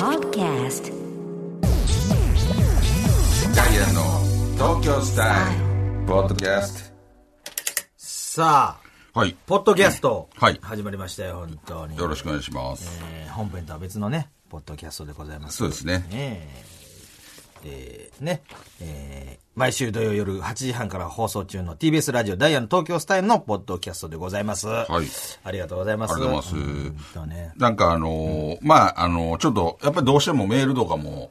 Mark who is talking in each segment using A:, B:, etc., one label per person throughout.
A: Podcast
B: ダイアンの東京スタイルポッドキャス
C: さあ、
B: トはい
C: ポッドキャスト、
B: はい
C: 始まりましたよ、本当に。
B: よろしくお願いします、
C: えー本編とは別のね、ポッドキャストでございます。
B: そうですね
C: ねえーでね、えー毎週土曜夜8時半から放送中の TBS ラジオダイヤの東京スタイルのポッドキャストでございます。
B: い
C: ありがとうございます。
B: ありがとうございます
C: うんとね。
B: なんかあのーまああのーちょっとやっぱりどうしてもメールとかも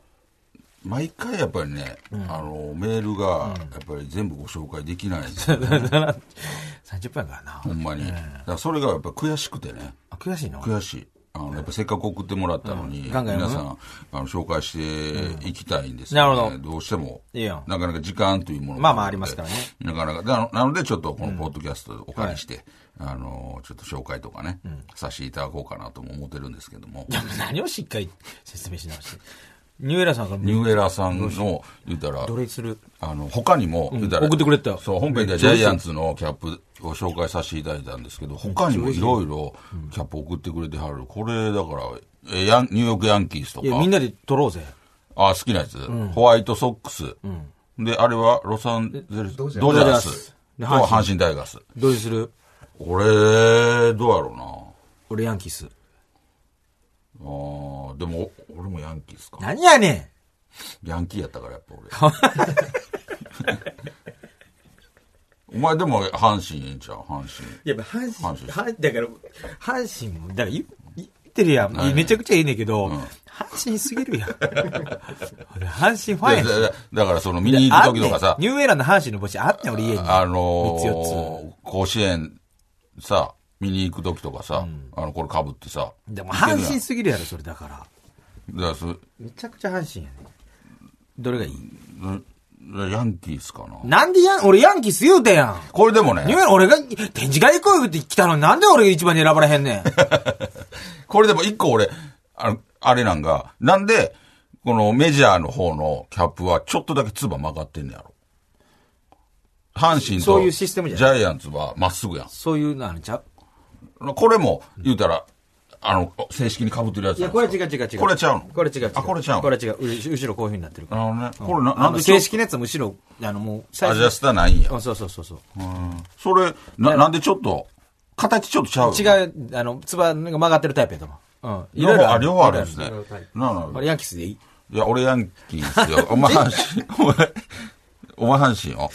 B: 毎回やっぱりね、あのーメールがやっぱり全部ご紹介できないんですよね、
C: 30分やからな。
B: ほんまにだからそれがやっぱ悔しくてね
C: あ悔しいの
B: 悔しいあのやっぱせっかく送ってもらったのに、
C: ガンガン
B: 皆
C: 読
B: さ
C: む
B: んあの紹介していきたいんです
C: なるほど
B: どうしても
C: いいよ
B: なかなか時間というものが
C: まあまあありますからね
B: なかなかななのでちょっとこのポッドキャストをお借りして、あのちょっと紹介とかね、させていただこうかなとも思ってるんですけども
C: いや何をしっかり説明し直して。ニューエラさんから
B: ニューエラさんの言ったら
C: どれする
B: あの他にも言ったら
C: 送ってくれたよ
B: そう本編ではジャイアンツのキャップを紹介させていただいたんですけど他にもいろいろキャップ送ってくれてはるこれだからえヤンニューヨークヤンキースと
C: い
B: か
C: や、みんなで撮ろうぜ。
B: あ、好きなやつ、ホワイトソックス。で、あれは、ロサンゼルス、ドジャ
C: ドジャ
B: ー
C: ー
B: ス
C: ス。
B: と
C: で
B: 阪神タイガース。
C: どれする
B: 俺、どうやろ
C: 俺ヤンキース。
B: うな。あーでも、俺もヤンキーっすか。
C: 何やねん
B: ヤンキーやったから、やっぱ 俺。お前でも、阪神いいんちゃう阪神。
C: やっぱ阪
B: 神
C: 神、はだから、阪神も、だから言言ってるやん。めちゃくちゃいいねんけど、阪神すぎるやん。 俺阪神ファンや
B: いやだ
C: し。
B: だだから、その、見に行く
C: あん
B: 時
C: ね
B: と
C: ん
B: かさ、
C: ニューエラの阪神の星あってん俺家に。
B: あの
C: 三つ四
B: ー、甲子園さ、見に行く時とかさ、あの、これ被ってさ。
C: つ。でも
B: 行ける
C: 阪
B: やん
C: 神すぎるやろ、それだから。
B: だからそ
C: めちゃくちゃ阪神やねん。どれがいい
B: うんヤンキースかな。
C: なんでやん、俺ヤンキース言うてやん。
B: これでも
C: ニュ
B: ね
C: ーエ、ラ俺が展示会行こうよって来たのになんで俺が一番に選ばれへんね ん。
B: これでも一個俺、ああれなんが、なんで、このメジャーの方のキャップはちょっとだけツバ曲がってんねやろ。阪神
C: そう
B: と
C: いう
B: ジ
C: システムじゃ
B: ャイアンツはまっすぐや。
C: そういうのあるんちゃうん
B: これも、言うたら、あの、正式に被ってるやつ
C: いや、
B: なんです
C: こ
B: よ
C: れ違う違う違う。
B: これちゃうの
C: これ違う違う。
B: あ、これちゃうの
C: これ違う。うし後ろこういう風になってるから。
B: なるほどね。これな、
C: あ
B: なん
C: の
B: でちょ
C: 正式なやつはむしろ、あの、もう、最
B: アジャスタないんや。
C: そうそうそうそう。
B: それ、な、なんでちょっと、形ちょっとちゃうう。
C: 違う、あの、つばが曲がってるタイプやと思う。うん。いろ
B: 両方
C: いろ
B: あ両方あるんです
C: い
B: ね
C: ろいろある。
B: なるほど
C: これヤンキースでいい
B: いや、俺ヤンキーっす よ。お前阪神、お前、お前阪神よ。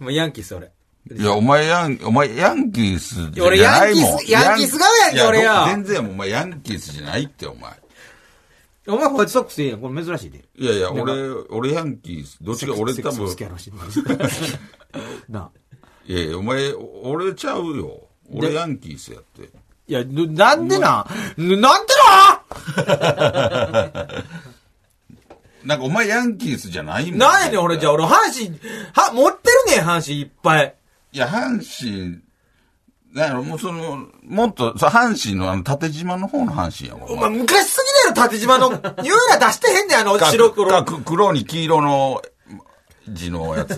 C: もうヤンキース俺。
B: いや、お前ヤン、お前ヤンキースじゃ
C: 俺ヤ
B: な
C: ン
B: い
C: キー
B: も
C: ス
B: ん。
C: ヤンキース顔やんけ
B: いど
C: 俺よ
B: 全然お前ヤンキースじゃないって、お前。
C: お前ホワイトソックスでいいやん。これ珍しいで。
B: いやいや、俺、俺ヤンキース、どっちか、俺多分、
C: 好きやろし。なあ。
B: いやいや、お前、俺ちゃうよ。俺ヤンキースやって。
C: いや、ぬなんでなぬなんで
B: なんかお前ヤンキースじゃないもん。
C: ななんやねん、俺じゃあ。俺、阪神、は、持ってるねん、阪神いっぱい。
B: いや、阪神、なんやろ、もうその、もっと、さ、阪神のあの、縦島の方の阪神やもん。
C: お前、昔すぎだよ、縦島の。言うな出してへんねん、あの、
B: か
C: 白黒。
B: か黒に黄色の字の やつ。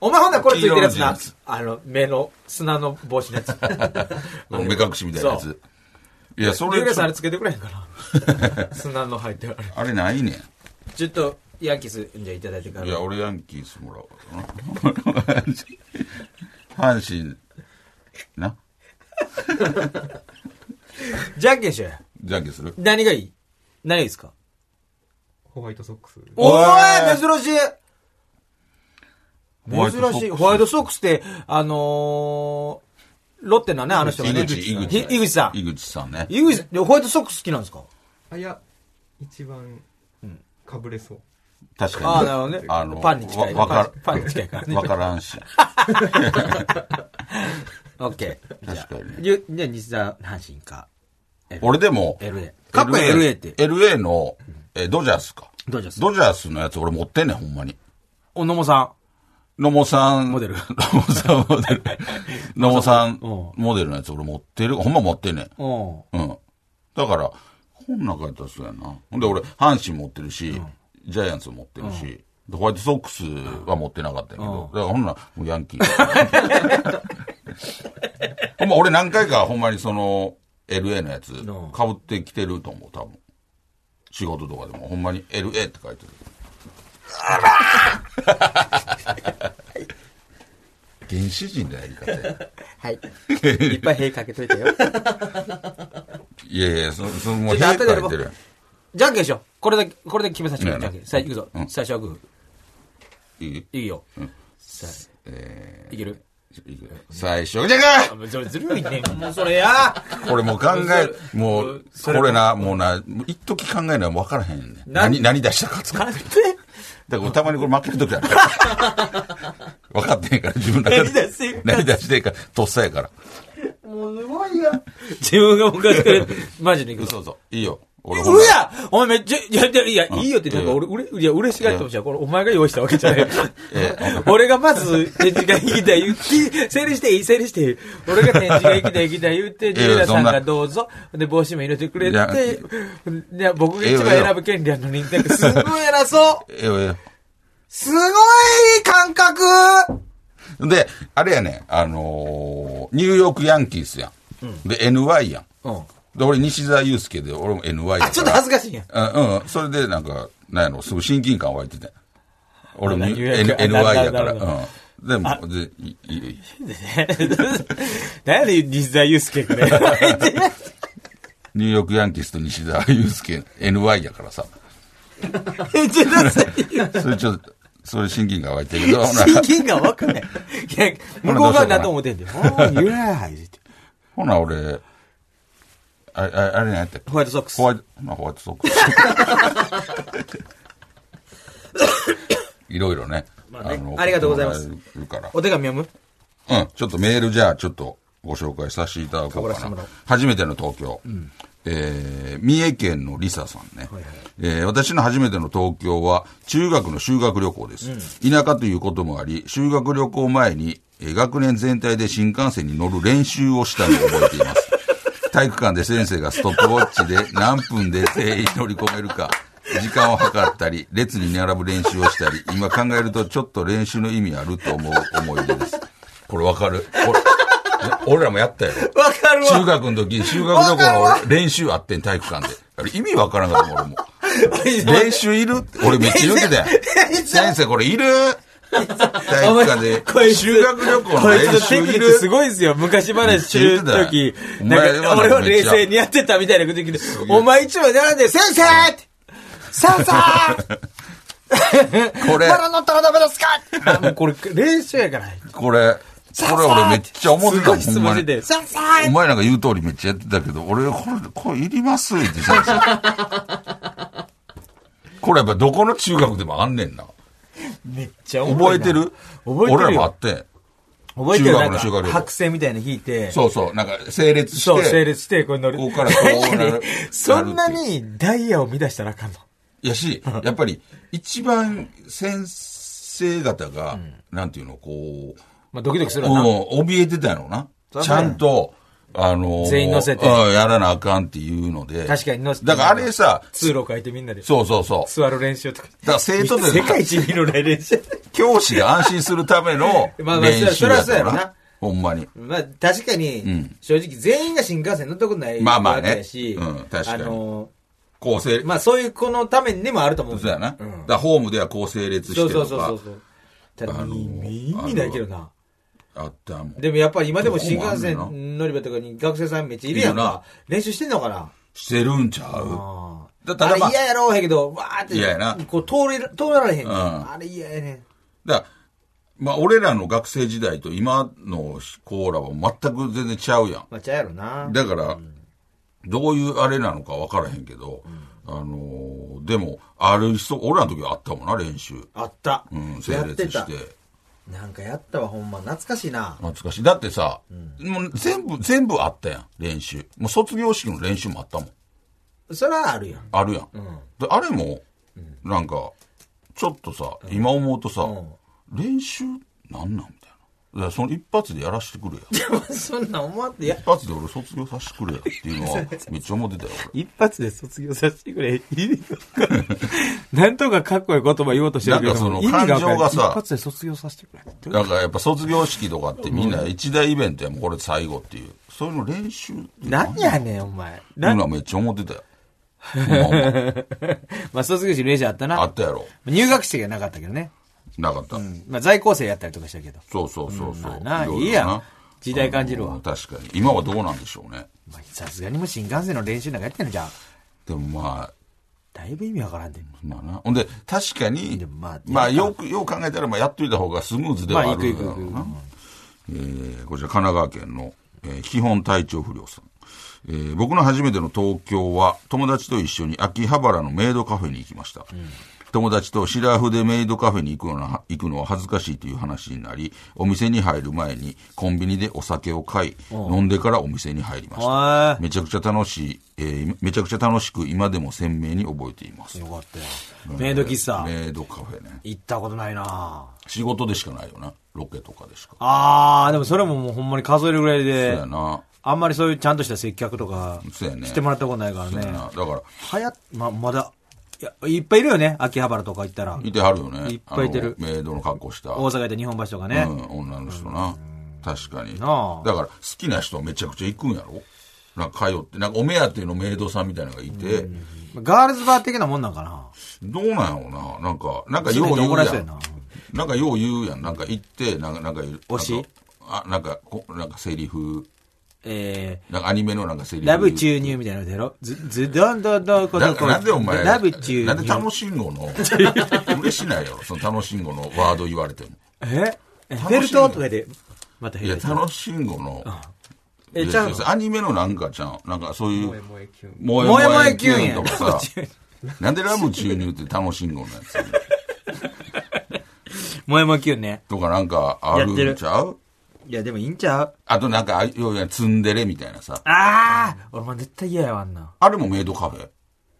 C: お前ほんならこれついてるやつ
B: 黄
C: な
B: 色の字。
C: あの、目の砂の帽子のや つ。
B: 目隠しみたいなや
C: そ
B: つ。いや、そ
C: リュ
B: れ
C: ウレイさんあれつけてくれへんか な。砂の入ってるあれ。
B: あれないね
C: ちょっと、ヤンキース、じゃあいただいてか
B: ん。
C: ら。
B: い
C: い
B: や、俺ヤンキースもらおうかな。阪神、な、
C: じゃんけんしようや。
B: じゃんけんする
C: 何がいい何がいいですか
D: ホワイトソックス。
C: お
B: お
C: 前
B: い
C: 珍しい
B: ホワイトソック
C: 珍
B: ス
C: しい。ホワイトソックスって、あのー、ロッテのね、あの人が
B: 井
C: ね。
B: 口、井口。
C: ひ井口さん。
B: 井口さんね。
C: 井口さん、ホワイトソックス好きなんですか
D: あ、いや、一番、かぶれそう。
B: 確かに。
C: ああ、なるほどね。
B: あの
C: パンに近い。
B: わわか
C: パンに近いからね。
B: わからんし。
C: オッケ ー。
B: 確かにね。
C: じゃあ、西田阪神か。
B: 俺でも、
C: LA。カップは LA って。
B: LA の、え、ドジャースか。
C: どうです
B: ドジャースのやつ俺持ってんねん、ほんまに。
C: お、野茂さ
B: 野茂さん。
C: モデル
B: 野茂さんモデル。野茂さん
C: う
B: モデルのやつ俺持ってる。ほんま持ってんねん。
C: ん。うん。
B: うん。だから、こんな書いたらそうやな。ほんで俺、阪神持ってるし、ジャイアンツ持ってるし、でホワイトソックスは持ってなかったんやけど、だからほんなら、もうヤンキー。ほんま俺何回かほんまにその、LA のやつ、被
C: ん
B: ってきてると思う、多分。仕事とかでも、ほんまに LA って書いてる。原始人だよ、言 い方や。
E: はい。 いっぱい塀かけといてよ。
B: いやいや、そ、そ、もう、
C: ちょっと後でやろ
B: 書
C: う
B: いてるやん。
C: じゃんけんしよう。これだけ、これだけ決めさせて
B: う
C: よ
B: ん
C: じゃんけん。さあ、いくぞ。
B: うん
C: 最初はグ
B: いい
C: ー。いいよ。
B: ん
C: さあ、
B: え
C: いける
B: ー、いくよ最初、じゃ
C: あ
B: あ
C: もうそれずるいね。 もうそれや。
B: これもう考え、もう、こ
C: それ
B: れな、もうな、一時考えないも分からへんねん。何、何出したかつか。
C: あれって
B: だからたまにこれ負けるとき あるから。分かってへんから、自分だけ。
C: 何出してん
B: 何出してんか、とっさやから。
C: 自分が昔から、マジでいくぞ。
B: そうそう。いいよ。俺ほん
C: う
B: ま
C: やお前めっちゃ、いや、いや、いや、いいよって、なんか
B: うん
C: 俺、うれ、いや、嬉しがってもじゃんこれお前が用意したわけじゃない。
B: ええ
C: 俺がまず、展示会行きたい言うき、整理していい、整理していい。俺が展示会行きたい行きたい言って、ジュエラさん
B: そん
C: が
B: な
C: どうぞ、で、帽子も入れてくれ
B: いや
C: て、いや、僕が一
B: ええ
C: 番
B: よ
C: 選ぶ権利あるのに、 なんかすごい偉そう
B: ええよええよ
C: すごい感覚
B: で、あれやね、あのーニューヨークヤンキースやん。で、NY やん。
C: うん。
B: で、俺、西澤祐介で、俺も NY やから。
C: あ、ちょっと恥ずかし いんや。
B: うん、うん。それで、なんか、なんやろ、すごい親近感湧いてて。俺も
C: あ
B: N-
C: ニューヨーク
B: N-
C: あ
B: NY やか
C: な
B: ら。
C: るほど
B: うん。でも、で、いいいい
C: 何で西田祐介 く ね。
B: ニューヨークヤンキースと西澤祐介、NY やからさ。
C: ちょっと待って
B: それちょっと、それ親近感湧いてるけど、ほな
C: 親近感わ かんない。いや、向こう側だと思ってんだよ。おーゆらーいって
B: ほな俺、あああれなんやったっけ
C: ホワイトソックス。
B: ホワイト、まあ、ホワイトソックス。 いろいろね。あの
C: ありがとうございま
B: 送
C: す。
B: ってもらえるから
C: お手紙読む
B: うん、ちょっとメールじゃあちょっとご紹介させていただこう
C: 被らせて
B: か
C: も
B: な
C: らおう。
B: 初めての東京。えー三重県のリサさんね、えー私の初めての東京は中学の修学旅行です、田舎ということもあり修学旅行前に、えー学年全体で新幹線に乗る練習をしたのを覚えています体育館で先生がストップウォッチで何分で全員乗り込めるか時間を計ったり列に並ぶ練習をしたり今考えるとちょっと練習の意味あると思う思い出ですこれわかるこれ俺らもやったよ
C: わかる
B: 中
C: わ。
B: 学の時、修学旅行の俺練習あってん、体育館で。あれ意味わからんかったもん、俺 も。練習いる俺めっちゃ言うてたやん。先 生、これいる体育館
C: お前こ
B: で。
C: いつ
B: 修学旅行の
C: こい
B: 練
C: つのテクニ
B: 習い
C: ック
B: る
C: すごいですよ。昔話してる時、
B: めっちゃ言ってたよ
C: なんか
B: お前はなんか
C: 俺は
B: め
C: 冷
B: っちゃ
C: 静にやってたみたいな時に、お前一番並んで、先生って 先生
B: これ、
C: あ乗ったらダメですかあもうこれ練習やから。
B: これ、これ俺めっちゃ思って
C: す
B: た
C: ご
B: も
C: い
B: ん、
C: 質
B: ほんま
C: 問して
B: に。
C: て、
B: お
C: 先生
B: 前なんか言う通りめっちゃやってたけど、俺、これ、これいりますって先生。これやっぱどこの中学でもあんねんな。
C: めっちゃおも
B: 覚
C: ろい
B: え
C: な
B: てる
C: 覚えてるよ
B: 俺らもあってん。
C: 覚えて
B: 中
C: るな
B: 学
C: ん
B: の
C: か
B: 修学旅行
C: 白線みたいなの引いて、
B: そうそう、なんか整列して。
C: そう、整列して、これ乗る。
B: ここからこう なる
C: そんなにダイヤを乱したらあかんの。
B: やし、やっぱり、一番先生方が、なんていうの、こう、
C: まあ、ドキドキす
B: うん、
C: るわな。
B: 怯えてたのな。
C: そうだね
B: ちゃんと、あのー
C: 全員乗せて
B: うんやらなあかんっていうので。
C: 確かに乗せて
B: だからあれさ、
C: 通路変えてみんなで。
B: そうそうそう。
C: 座る練習とか。
B: だから生徒で
C: 世、界一見のない練習。
B: 教師が安心するための
C: まあまあ
B: 練習
C: そりゃ
B: や
C: そうや
B: か
C: ろ
B: ら
C: な。
B: ほんまに。
C: まあ、確かに、
B: ん
C: 正直全員が新幹線乗ったことない
B: まあまあね
C: わけやし、
B: うん確かに
C: あの、
B: 構成、
C: まあそういう子のためにもあると思うん
B: そう
C: だ
B: や
C: よ
B: な。だか
C: うん
B: らホームではこう整列して
C: そうそ
B: と
C: うそうそ
B: か
C: う、そう。ただ、
B: あの
C: 意味ないけどな。
B: あったもん。
C: でもやっぱり今でも新幹
B: どこもあん
C: 線乗り場とかに学生さんめっちゃいるやん
B: いるな
C: か。練習してんのかな
B: してるんちゃう
C: あ
B: だ
C: あ
B: ただ
C: れ
B: まあ
C: 嫌やろうへんけど、わーって。
B: 嫌やな
C: こう通れ、通られへんねん。
B: うん
C: あれ嫌やねん。
B: だからまあ、俺らの学生時代と今のコーラは全く全然ちゃうや。。
C: まあ、ちゃうやろなん
B: だから、どういうあれなのか分からへんけど、あのーでも、ある人、俺らの時はあったもんな、練習。
C: あった。
B: うん、整
C: やって
B: 列したて。。
C: なんかやったわ、ほんま。懐かしいな。
B: 懐かしい。だってさ、もう全部、全部あったやん、練習。もう卒業式の練習もあったもん。
C: それはあるやん。
B: あるやん。であれも、なんか、ちょっとさ、今思うとさ、練習なんなんみたいな。だからその一発でやらしてくれや。一
C: そんな思わんってや。
B: 発で俺卒業させてくれやって いうのは、めっちゃ思ってたよ、
D: 一発で卒業させてくれ。意味が分 からんなんとかかっこいい言葉言おうとしてるけ
B: なん
D: ど、
B: かその
D: 意味分からん
B: 感情がさ
D: 一発で卒業させてくれ。
B: 俺。なんかやっぱ卒業式とかってみんな一大イベントやもん、これ最後っていう。そういうの練習っていうの
D: 何やねん、お前。
B: ってい
D: な
B: うのはめっちゃ思って たよ。ほんまほんま
C: まあ、卒業式練習あった
B: あ
C: な
B: っ。たやろ。
C: 入学式がなかったけどね。
B: なかった。
C: まあ、在校生やったりとかしたけど。
B: そうそうそうそう。
C: うんまあな
B: ろろ
C: いいやん時代感じるわ
B: あの確かに。今はどうなんでしょうね。
C: まあさすがにもう新幹線の練習なんかやってんのじゃん。
B: でもまあ、
C: だいぶ意味わからんで。
B: まあな。ほんで、確かに
C: でも、ま
B: ま
C: あ
B: あ、よく、よく考えたら、まあ、やっといた方がスムーズではある
C: まあ
B: ん
C: い
B: だ
C: くい
B: ろ
C: く
B: う
C: い
B: な。
C: く
B: えーこちら、神奈川県の、えー基本体調不良さん。えー僕の初めての東京は、友達と一緒に秋葉原のメイドカフェに行きました。友達と白筆メイドカフェに行くのは行くのは恥ずかしいという話になり、お店に入る前にコンビニでお酒を買い、飲んでからお店に入りまし
C: は
B: た。めちゃくちゃ楽しい、えーめちゃくちゃ楽しく今でも鮮明に覚えています。
C: よかったよ。メイド喫茶。
B: メイドカフェね。
C: 行ったことないな
B: 仕事でしかないよな。ロケとかでしか。
C: あー、でもそれももうほんまに数えるぐらい
B: そう
C: で
B: や、な。
C: あんまりそういうちゃんとした接客とか
B: そうやね
C: してもらったことないから
B: そう
C: ね
B: や。な。だから、
C: はや、ま、まだ、いや、いっぱいいるよね。秋葉原とか行ったら。
B: いてはるよね。
C: いっぱいいてる
B: あのメイドの格好した。
C: 大阪行った日本橋とか
B: う
C: ね。
B: ん、女の人な。確かに。だ
C: なあ
B: から、好きな人はめちゃくちゃ行くんやろなんか通って、なんかお目当てのメイドさんみたいなのがいて、
C: ガールズバー的なもんなんかな。
B: どうなんやろうな。なんか、なんか
C: 全
B: よう
C: て
B: 言
C: 怒
B: う
C: ら
B: や。
C: せるなん
B: なんかよう言うやん。なんか行って、なんか、なんか、
C: 推し
B: あ、なんか、こなんかセリフ、
C: え
B: なんかアニメのなんかセリ
C: ー、
B: フ。
C: ラブ注入みたいなのやろず、ず、どんどんどんこ
B: だ
C: とこ
B: なんでお前、
C: ラブ注入。
B: なんで楽しんご の、嬉しないやろ、その楽しんごのワード言われても。
C: え
D: フェルトとかで、また
B: い
D: 変
B: や、
D: です。
B: 楽しんごの、
C: え、
B: いや
C: ちゃ
B: そううそうアニメのなんかちゃん、なんかそういう、
F: 萌えキュン
B: 萌
C: 萌え萌えキュ
B: と
C: ン
B: か
C: ラ
B: さ
C: ブ 注、
B: なんでラブ注入って楽しんごのやつ
C: 萌え萌えキュンね。
B: とかなんかあるんちゃう
C: いや、でもいいんちゃう
B: あとなんか、あ要はツンデレみたいなさ、
C: ああ俺も絶対嫌やわ、あんな。
B: あれもメイドカフェ。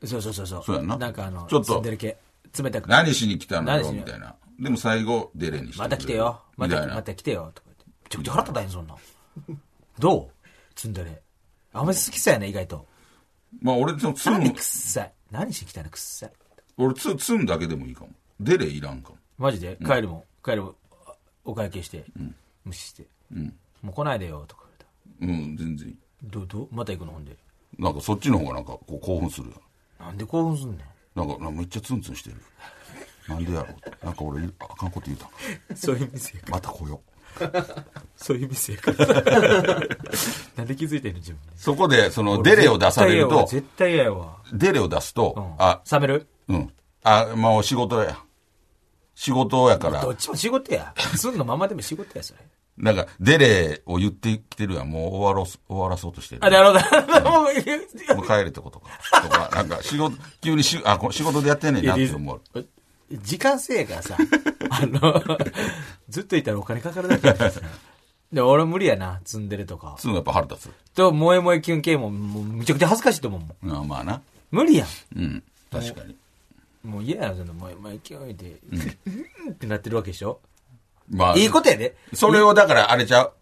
C: そうそうそう。そう
B: そうやんな
C: なんかあの、
B: ちょっと
C: ツンデレ系冷たく。
B: 何しに来たの
C: 何し
B: よ、
C: に
B: みたいな。でも最後、デレにしてくれ
C: ま
B: る
C: た来てよ。ま
B: みた
C: た、
B: いな。
C: また来てよ。とか言って。めちゃくちゃ腹立たへん、そんなん。どうツンデレ。あんまり好きそうやね、意外と。
B: まあ俺、そのツ
C: 何
B: ン
C: くっ、さい。何してきたらくっさい。
B: 俺ツン、ツンだけでもいいかも。デレいらんかも。
C: マジで帰るもん。帰るもん。あお会計して。無視して。もう来ないでよ、とか言われた。
B: うん、全然いい。
C: どう、どうまた行くのほんで。
B: なんかそっちの方がなんかこう興奮するや
C: なんで興奮すんねん。
B: ん。なんかなんかめっちゃツンツンしてる。なんでやろうなんか俺あかんこと言うたな
D: そういう店や
B: また来よう。
D: そういう店やから なんで気づいてんの自分で。
B: そこでそのデレを出されると、
C: 絶対嫌やわ。
B: デレを出すと、
C: うん
B: あ、
C: 冷める
B: うん。あ、まあ仕事や。仕事やから
C: どっ、ちも仕事や。すんのままでも仕事や、それ。
B: なんかデレを言ってきてるやん。もう終わろう、終わらそうとしてる。
C: あ、なるほど。も ういや
B: もう帰れってことか。とか、 なんか仕事、急にし、あ、こ仕事でやってんねんなって思う。
C: 時間制やからさ、あ の、ずっといたらお金かかるだけやからさ。で、俺無理やな、ツンデレとか。
B: ツンはやっぱ腹立つ。
C: と、萌え萌えキュン系も、もうむちゃくちゃ恥ずかしいと思うもん。
B: うんまあな。
C: 無理や
B: うん。確かに。
C: ん。もう嫌やな、その萌え萌えキュンって、うんってなってるわけでしょ。
B: まあ。
C: いいことやで。
B: それをだからあれちゃう。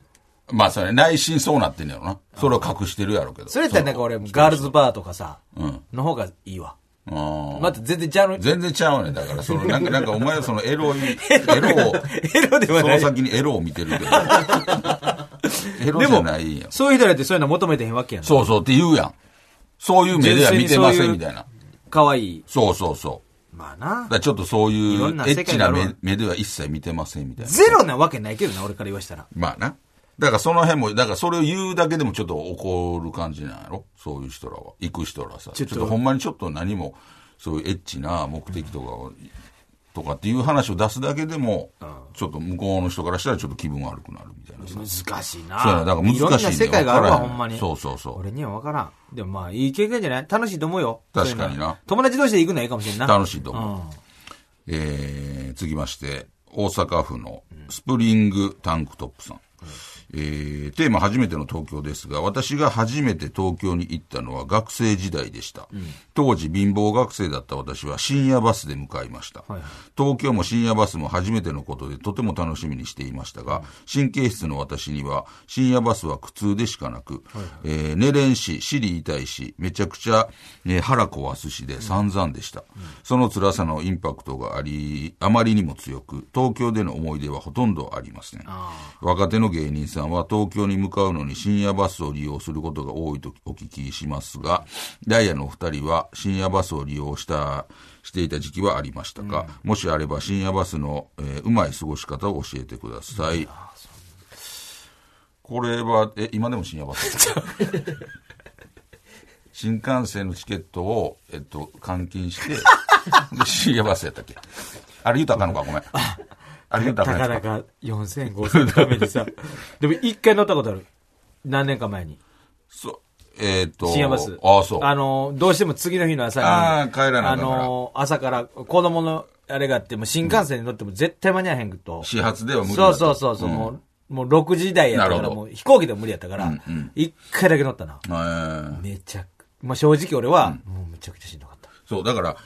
B: まあそれ、内心そうなってんねやろな。それを隠してるやろうけど。
C: それやったらなんか俺、ガールズバーとかさ、
B: うん。
C: の方がいいわ。
B: うん。
C: また全然ジャンル、
B: 全然ちゃうね。だから、その、なんか、なんかお前はそのエロい、エロを、
C: エロでは
B: そ
C: な
B: の
C: い。
B: 先にエロを見て るけど。エロ
C: で
B: じゃ
C: も
B: ないんや、ん。
C: そういう人だってそういうの求めてへんわけやん。
B: そうそうって言うやん。そういう目では見てませんみたいな。
C: かわいい。
B: そうそうそう。
C: まあ
B: だ
C: な
B: か。らちょっとそういう
C: いろんな
B: エ
C: 世
B: ッ
C: 界
B: チ
C: があ
B: な
C: るわ
B: 目目では一切見てませんみたいな。
C: ゼロなわけないけどな、俺から言わしたら。
B: まあな。だからその辺も、だからそれを言うだけでもちょっと怒る感じなんやろそういう人らは。行く人らはさ。ち
C: ち
B: ょ
C: ょ
B: っ
C: っ
B: と
C: と
B: ほんまにちょっと何も、そういうエッチな目的とかを、とかっていう話を出すだけでも、ちょっと向こうの人からしたらちょっと気分悪くなるみたいなさ。
C: 難しいな。
B: そうやな、だから難しいね。
C: ろんな世界がある
B: わ
C: わ、
B: から
C: ほ
B: へ
C: んまに。
B: そうそうそう。
C: 俺には分からん。でもまあ、いい経験じゃない楽しいと思うよ。
B: 確かにな
C: そういうの友達同士で行くのはいいかもしれんな。
B: 楽しいと思う。
C: うん。
B: えー、続きまして、大阪府のスプリングタンクトップさん。えーテーマ初めての東京ですが、私が初めて東京に行ったのは学生時代でした。当時貧乏学生だった私は深夜バスで向かいました、東京も深夜バスも初めてのことでとても楽しみにしていましたが、神経質の私には深夜バスは苦痛でしかなく、えー寝れんし、尻痛いし、めちゃくちゃ、えー腹壊すしで散々でした、その辛さのインパクトがあり、あまりにも強く、東京での思い出はほとんどありません。若手の芸人さんは東京に向かうのに深夜バスを利用することが多いとお聞きしますが、ダイヤのお二人は深夜バスを利用した、していた時期はありましたか、もしあれば深夜バスの、えーうまい過ごし方を教えてください。これは、え、今でも深夜バ ス新幹線のチケットを、えっと、換金 して、で深夜バスやったっけあれ言うたらあかんのかご めん。あれ言うた
C: た
B: らあか
C: か
B: んやつか。
C: だか4000円、5000円のためにさ。でも一回乗ったことある。何年か前に。
B: そう。えっ、と。
C: 深夜バス。
B: ああ、そう。
C: あの、どうしても次の日の朝に。
B: あー帰らなあか
C: あ
B: んから
C: の、朝から子供のあれがあって、もう新幹線に乗っても絶対間に合わへんと。
B: 始発では無理
C: そ
B: だ
C: う
B: と
C: そうそうそう、
B: ん
C: もう、もう6時台やったか
B: なる
C: ら、
B: ほど
C: もう飛行機でも無理やったから、一、回だけ乗ったな。
B: えー
C: めちゃく、まあ、正直俺は、もうめちゃくちゃしんどかった。
B: そう、だから、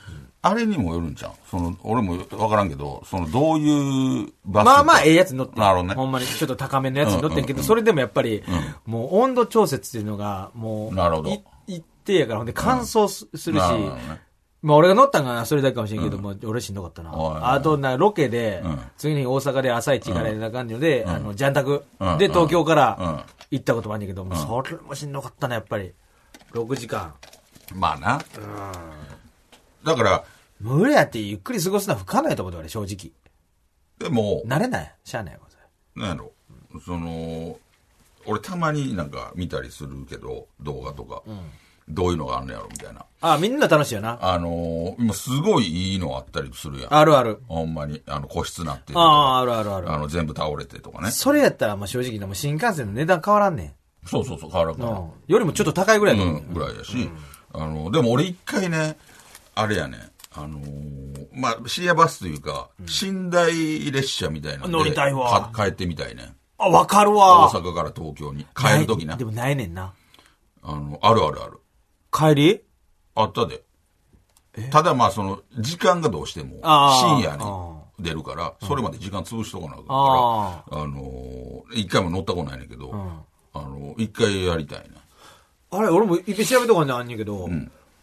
B: あれにもよるんじゃん。その、俺もわからんけど、その、どういうバス
C: まあまあ、ええやつに乗ってん
B: なるほどね
C: ほんまに、ちょっと高めのやつに乗ってんけ
B: うんう
C: ど、
B: んうん
C: それでもやっぱり、もう温度調節っていうのが、もう、
B: なるほど
C: い一定やから、ほんで乾燥す,、るし
B: な、るほどね
C: まあ俺が乗ったんがそれだけかもしれんけど、もう俺しんどかったな。
B: はい
C: あとな、ロケで、
B: ん
C: 次の日大阪で朝一からやな感じで、あの、ジャンタク
B: うん
C: で東京か
B: うん
C: ら行ったこともあるんだけど、もうそれもしんどかったな、やっぱり。6時間。
B: まあな。だから、
C: 無理やってゆっくり過ごすのは不可能やと思うで俺、正直。
B: でも、
C: 慣れない。しゃあないわ、それ
B: なんやろ、その、俺たまになんか見たりするけど、動画とか、どういうのがあんのやろみたいな。
C: あ、みんな楽しいよな。
B: あのー今すごいいいのあったりするやん。
C: あるある。
B: ほんまに、あの、個室なってるとか
C: ああ、あるあるある。
B: あの、全部倒れてとかね。
C: それやったら、まあ正直な、もう新幹線の値段変わらんね
B: そうそうそう、変わらん
C: ん。
B: か
C: う
B: ら
C: ん。よりもちょっと高いぐらいだと
B: う
C: 思う、
B: ん、ぐらいやし、あのでも俺一回ねあれやねあのーまあ深夜バスというか、寝台列車みたいなので
C: 乗りたいわ
B: か帰ってみたいね
C: あ、わかる
B: 大
C: わ。
B: 阪から東京に帰る時
C: な
B: ない
C: でもないねんな。
B: あのあるあるある
C: 帰り
B: あったでただまあその時間がどうしても
C: あ
B: 深
C: ー
B: 夜に出るからそれまで時間潰しとかなあかん
C: あ
B: からあのー一回も乗ったことないねんけど、あの一回やりたいね
C: あれ、俺も一回調べとかにあんねんけど、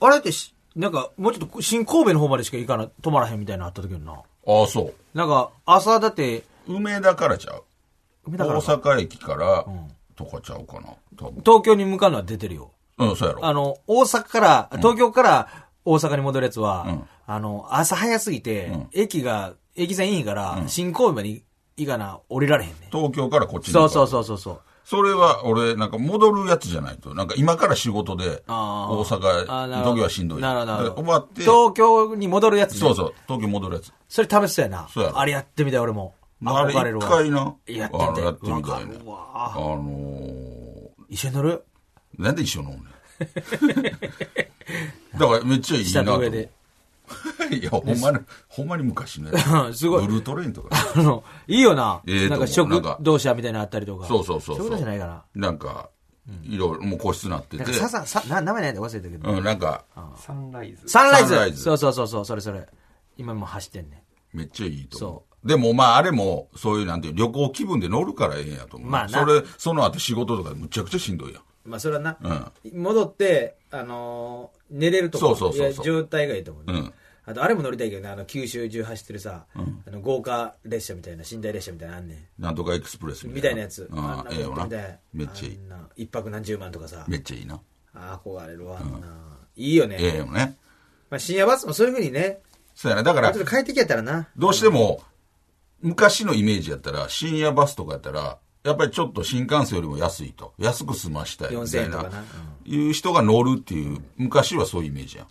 C: あれってし、なんか、もうちょっと新神戸の方までしか行かな、止まらへんみたいなのあった時よな。
B: ああそう
C: なんか、朝だって、
B: 梅田からちゃう
C: 梅田
B: 大
C: からか
B: 阪駅からとかちゃうかな多分
C: 東京に向かうのは出てるよ。
B: うんそうやろ
C: あの、大阪から、東京から大阪に戻るやつは、あの、朝早すぎて、駅が、駅線いいんから、新神戸までいいかな、降りられへんねん。
B: 東京からこっちに
C: そうそう
B: う
C: そうそうそう。
B: それは俺なんか戻るやつじゃないとなんか今から仕事で
C: あー
B: 大
C: あ
B: 阪
C: ー
B: 東
C: なるほど
B: 京はしんどい
C: なるほどなるほど
B: で終わってそ
C: 東京に戻るやつ、ね、
B: うそう東京戻るやつ
C: それ試しそうやな。
B: そうやろ
C: あれやってみたい、俺も。
B: あれ
C: 憧れる
B: 一
C: わ。
B: 回な
C: やってみ
B: あ
C: て
B: のやってみたいね
C: わかる
B: あ
C: わ
B: の
C: 一緒に乗る
B: ーなんで一緒 なのねだからめっちゃいいな
C: 下
B: と
C: の
B: 思う
C: 上で。
B: いやほんまにほんまに昔のや
C: うん
B: つ
C: すごい
B: ブルートレインとか
C: あの、いいよな。
B: ええと思うんな
C: なか
B: ん
C: 食
B: か
C: 同士みたいなのあったりとか。
B: そうそうそうそう
C: 食堂車ないかな。
B: なんかいろいろもう個室なって
C: な
B: て
C: んかサザン、さ、な、名前ないんで忘れたけど。
B: うんなんか
D: サンライズ。
C: サンライ
B: サンライ
C: ズ
B: ズ
C: そうそうそうそう、それそれ。今もう走ってんね。
B: めっちゃいいと思う。でもまああれも、そういうなんていう旅行気分で乗るからええんやと思う。
C: まあな
B: それ、その後仕事とかむちゃくちゃしんどいやん。
C: まあそれはな、戻って、あのー寝れると
B: そ
C: こ
B: うそうそうそう
C: いや状態がいいと思う、ね
B: うん
C: あとあれも乗りたいけどねあの九州中走ってるさ、あの豪華列車みたいな寝台列車みたいなのあんね
B: なんとかエクスプレス
C: ん
B: みたいな。
C: みたいなやつ
B: ああ
C: ん、な
B: ええよな
C: みたい。
B: めっちゃいい
C: あ。んな一泊何十万とかさ
B: めっちゃいいな。
C: 憧れるわ、あんないいよね、
B: ええよね。
C: まあ、深夜バスもそういうふうにね
B: そうやな。だから
C: ちょっ、と快適やったらな
B: どうしても、昔のイメージやったら、深夜バスとかやったら、やっぱりちょっと新幹線よりも安いと。安く済ましたいみたい
C: 4000円と
B: な
C: かなうん。
B: いう人が乗るっていう、昔はそういうイメージやん。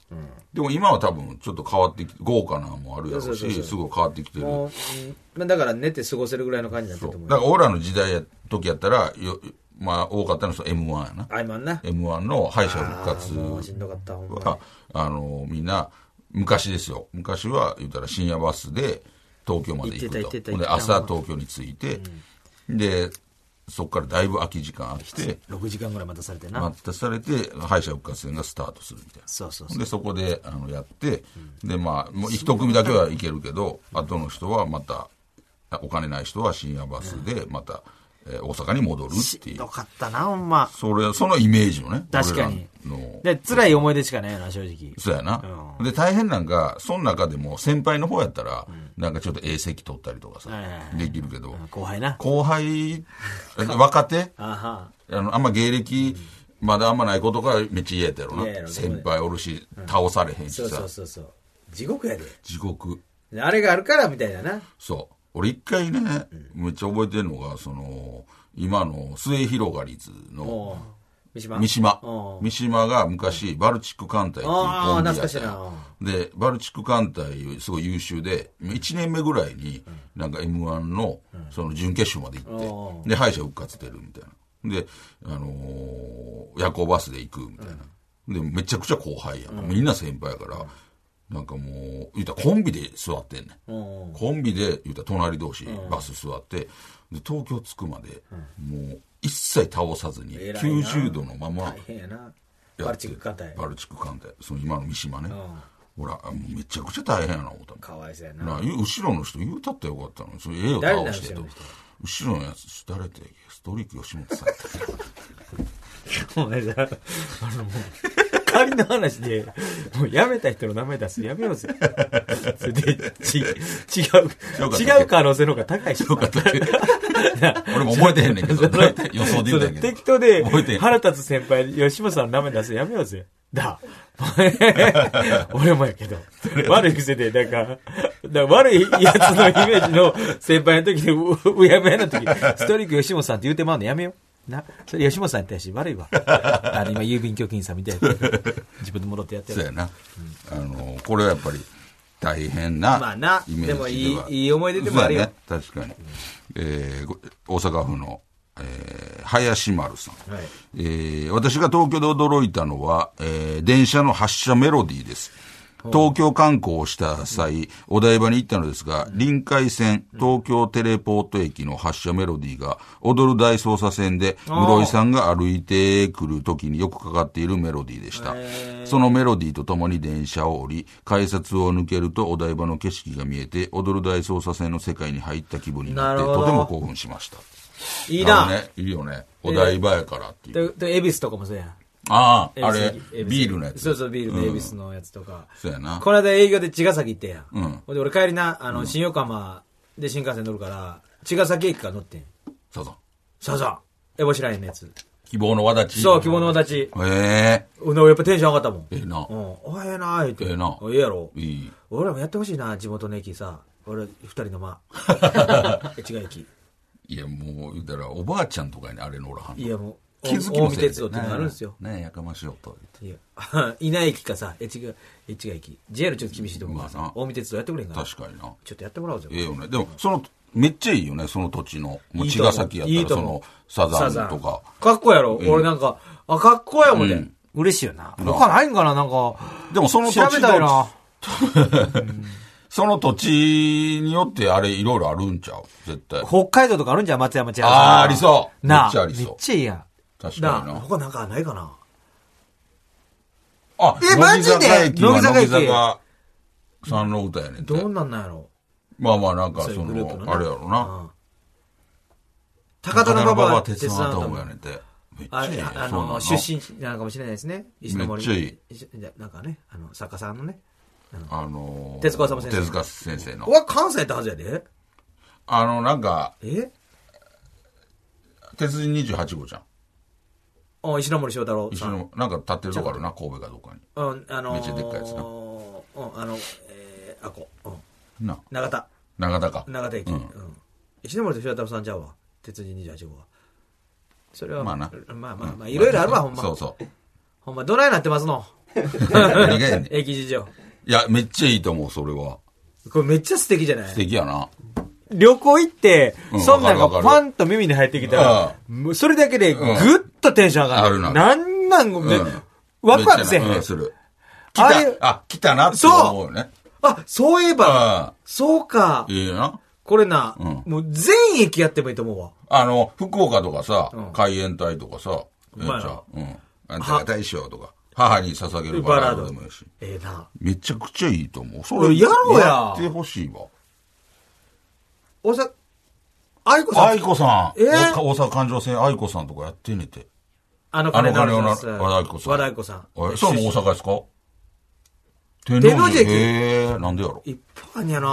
B: でも今は多分ちょっと変わってきて、豪華なのもあるやろ
C: そううそうそうそ
B: し、
C: う
B: すごい変わってきてる。
C: もう、うんまあ、だから寝て過ごせるぐらいの感じになったと思う
B: だから俺らの時代や時やったらよまあ多かったのはその M1 やな
C: あいまんな
B: M1 の敗者
C: あ
B: 復
C: ーもうし
B: 活
C: んどかったほんまに
B: はあのみんな昔ですよ昔は言ったら深夜バスで東京まで行
C: 行ってた行っ
B: く
C: て
B: とほ
C: た
B: んで
C: 行ってた
B: 朝東京に着いて、でそこからだいぶ空き時間あって、
G: 6時間ぐらい待たされてな。
B: 待たされて、敗者復活戦がスタートするみたいな。
G: そうそう
B: ほ
G: そ
B: ん
G: う。
B: で、そこで、あの、やって、で、まあ、もう一組だけはいけるけど、後の人はまた、あお金ない人は深夜バスで、また、えー大阪に戻るっていう
G: よ。かったな、ほんま。
B: それ、そのイメージをね。
C: 確かに
B: 俺らの。
C: で、辛い思い出しかないよな、正直。
B: そうやな。で、大変なんか、その中でも先輩の方やったら、なんかちょっと A 席取ったりとかさ
C: はいはいは、い
B: できるけど、
C: 後輩な。
B: 後 輩、若手
C: あは
B: あの、あんま芸歴、まだあんまないことがめっちゃ嫌やったやろ
C: 嫌や
B: な。
C: ろ
B: 先輩おるし、倒されへん
C: そ
B: し
C: うそ
B: さ
C: う、そうそう。地獄やで。
B: 地獄。
C: であれがあるから、みたいなな。
B: そう。俺一回ね、めっちゃ覚えてるのが、その、今の末広がり図
C: お
B: の
C: う三島。
B: 三島
C: お。う
B: 三島が昔、バルチック艦隊っていう
C: ああ
B: コンビやった
C: 懐かしいな
B: で、バルチック艦隊、すごい優秀で、1年目ぐらいに、なんか M1 の、その準決勝まで行って、で、敗者復活出るみたいな。で、あのー夜行バスで行くみたいな。で、めちゃくちゃ後輩やん。みんな先輩やから、なんかもう、言うたらコンビで座ってんねん。コンビで、言うたら隣同士、バス座って、で、東京着くまで、もう、一切倒さずに、
C: 偉いな
B: 90度のまま、
C: 大変やな。
B: やって
C: バルチック艦隊。
B: バルチック艦隊その今の三島ね、ほらもうめちゃくちゃ大変やな思ったもん
C: かわいそうや
B: な
C: な。
B: 後ろの人言うたってよかったのにそれ絵を
C: 誰な
B: 倒
C: ん
B: してと
C: 後
B: 後ろ
C: ろの
B: のやつ誰ってストリーク吉本さん
C: お前さ、あのもう、仮の話で、もうやめた人の名前出すのや めようぜ。それで、ち、違
B: よかっ
C: う、
B: た
C: 違う可能性の方が高いし。
B: 俺も覚えてへんねんけど大体予想でき
C: そ
B: た
C: れ
B: んやけど
C: 適当で
B: 覚えてへ、ん
C: 腹立つ先輩、吉本さんの名前出すのやめようぜ。だ。 俺もやけど。悪い癖で、なんか、だ悪いやつのイメージの先輩の時で、ううやむやの時、ストリック吉本さんって言うてまうのやめよう。な。それ吉本さんやったやし、悪いわ。あの、今、郵便局員さんみたいな。自分で戻ってやって
B: そう
C: る。
B: やな、あのこれはやっぱり大変な
C: まあな
B: イメージ
C: でもいい
B: はい
C: い思い出でもあるよ
B: そうやね、確かに、えーご大阪府の、えー林丸さん、
C: はい
B: えー私が東京で驚いたのは、えー電車の発車メロディーです。東京観光をした際、お台場に行ったのですが、臨海線、東京テレポート駅の発車メロディーが、踊る大捜査線で、室井さんが歩いてくる時によくかかっているメロディーでした。そのメロディーとともに電車を降り、改札を抜けるとお台場の景色が見えて、踊る大捜査線の世界に入った気分になって、
C: なるほど
B: とても興奮しました。
C: いい
B: なるほ
C: な
B: ど。ね。いいよね。お台場やからっていう。
C: で、で恵比寿とかもそうやん。
B: ああ、あ
C: 恵
B: れ
C: 比寿、
B: ビールのやつ。
C: そうそう、ビールの恵比寿のやつとか。
B: そうやな。
C: この間営業で茅ヶ崎行ってんやん。
B: うん
C: ほんで、俺帰りな、あの、新横浜で新幹線乗るから、茅ヶ崎駅から乗ってん。
B: そうそう。
C: さあさあ、エボシラインのやつ。
B: 希望の輪立ち。
C: そう、着物たち。
B: へえ
C: 俺やっぱテンション上がったもん。
B: ええな
C: うん。おええな、言って。
B: ええな
C: ええやろ。
B: いい。
C: 俺らもやってほしいな、地元の駅さ。俺、二人 の間。違う駅。
B: いや、もう、言うたら、おばあちゃんとかにあれ乗らはんの
C: いや、もう、
B: 気づきも
C: 近江
B: せえ
C: 鉄道っていうのがあるんですよ。
B: ねえ、やかましいよと。
C: いや、 稲駅かさ、え、違う、え、違う駅。JR ちょっと厳しいと思うから
B: まあな
C: さ、近江鉄道やってくれんかな。
B: 確かにな。
C: ちょっとやってもらおうぜ。
B: ええよね。でも、その、めっちゃいいよね、その土地の。もう
C: いい
B: 茅
C: と思
B: ヶ
C: う
B: 崎や
C: い
B: っ
C: い
B: た
C: と
B: ら、そ
C: 思
B: の
C: う、
B: サザンとか。
C: かっこいいやろ、俺なんか、あ、かっこいいやもんね。
B: うん
C: 嬉しいよな。他ないんかな、なんか。
B: でも、その土
C: 調
B: 地
C: べたいな
B: と、。その土地によって、あれ、いろいろあるんちゃう絶対。
C: 北海道とかあるんじゃん松山千春さん
B: ああー、ありそう。め
C: な
B: っ
C: あ
B: ちゃあ
C: め
B: り
C: っ
B: そう。
C: ちゃいいやん。
B: 確
C: な
B: か
C: あ、
B: にな。
C: 他なんかないかな。
B: あ、
C: えマジ
B: 乃
C: で
B: 木坂
C: 乃
B: 駅
C: 木
B: は乃木
C: 坂駅
B: 坂三の歌やねんて。
C: どんなんなんやろ。
B: まあまあ、なんか、
C: そうい
B: そう
C: グループの
B: の、
C: な
B: あれやろな。
C: うん高田馬場は鉄腕ア
B: ア
C: ト
B: ト
C: ム
B: ムやねんて。めっち
C: あ
B: ゃいい
C: れ
B: やん
C: あ
B: そんなん
C: の、
B: な
C: 出身地なのかもしれないですね。石ノ森。
B: めっちゃいい
C: 石じゃなんかね、あの、作家さんのね。
B: あのー
C: 手塚治虫先生
B: 手塚先生の
C: う。わ、関西ってはずやで。
B: あの、なんか、
C: え
B: 鉄人28号じゃん。
C: あ石ノ森章太郎
B: 一
C: さん
B: 緒。の、なんか立ってるとこあるな、神戸かどっかに。
C: うん、あのー、
B: めっちゃでっかいやつな
C: うん、あの、えー、あこ、うん。
B: な、
C: 長田、
B: 長田か。
C: 長田駅。
B: う
C: うんん。石森と白玉さんちゃうわ。鉄人28号は。それは、
B: まあな。
C: まあまあまあ、いろいろあるわ、ほんま。
B: そうそう。
C: ほんま、どないなってますの
B: 何がやねん
C: 駅事情。
B: いや、めっちゃいいと思う、それは。
C: これめっちゃ素敵じゃない
B: 素敵やな。
C: 旅行行って
B: うん、
C: そんなん
B: わ
C: が
B: かるわかる
C: パンと耳に入ってきたら、もうそれだけでぐっとテンション上がる。
B: うん上が
C: な
B: る
C: んなんごめん
B: うん
C: ね。ワクワクせえへ
B: めっちゃうんん。する。来
C: ああいう
B: た、あ、来たなって思うよね。
C: あ、そういえば、
B: あ
C: そうか
B: あ、。いいよな。
C: これな
B: うん、
C: もう全駅やってもいいと思うわ。
B: あの、福岡とかさ、海援隊とかさ、ええ
C: うまいな
B: ちゃう。うん。あんたが大将とか、母に捧げるバ
C: バ
B: ラ
C: ラ
B: ー
C: ー
B: ド
C: ド
B: でもいいし。
C: ええな。
B: めちゃくちゃいいと思う。そ
G: これやろうや
B: やってほしいわ。
G: おさ、愛子さん
B: 愛。子さん。
G: え
B: 大阪環状線愛子さんとかやってんねて。
C: あの
B: あの
C: 金
B: 金をな、
C: のな
B: 和田愛子さん。
C: 和田愛子さん。
B: えそうも大阪ですか天
G: 天王寺駅
B: へえ、なんでやろ。
G: いっぱいあんやな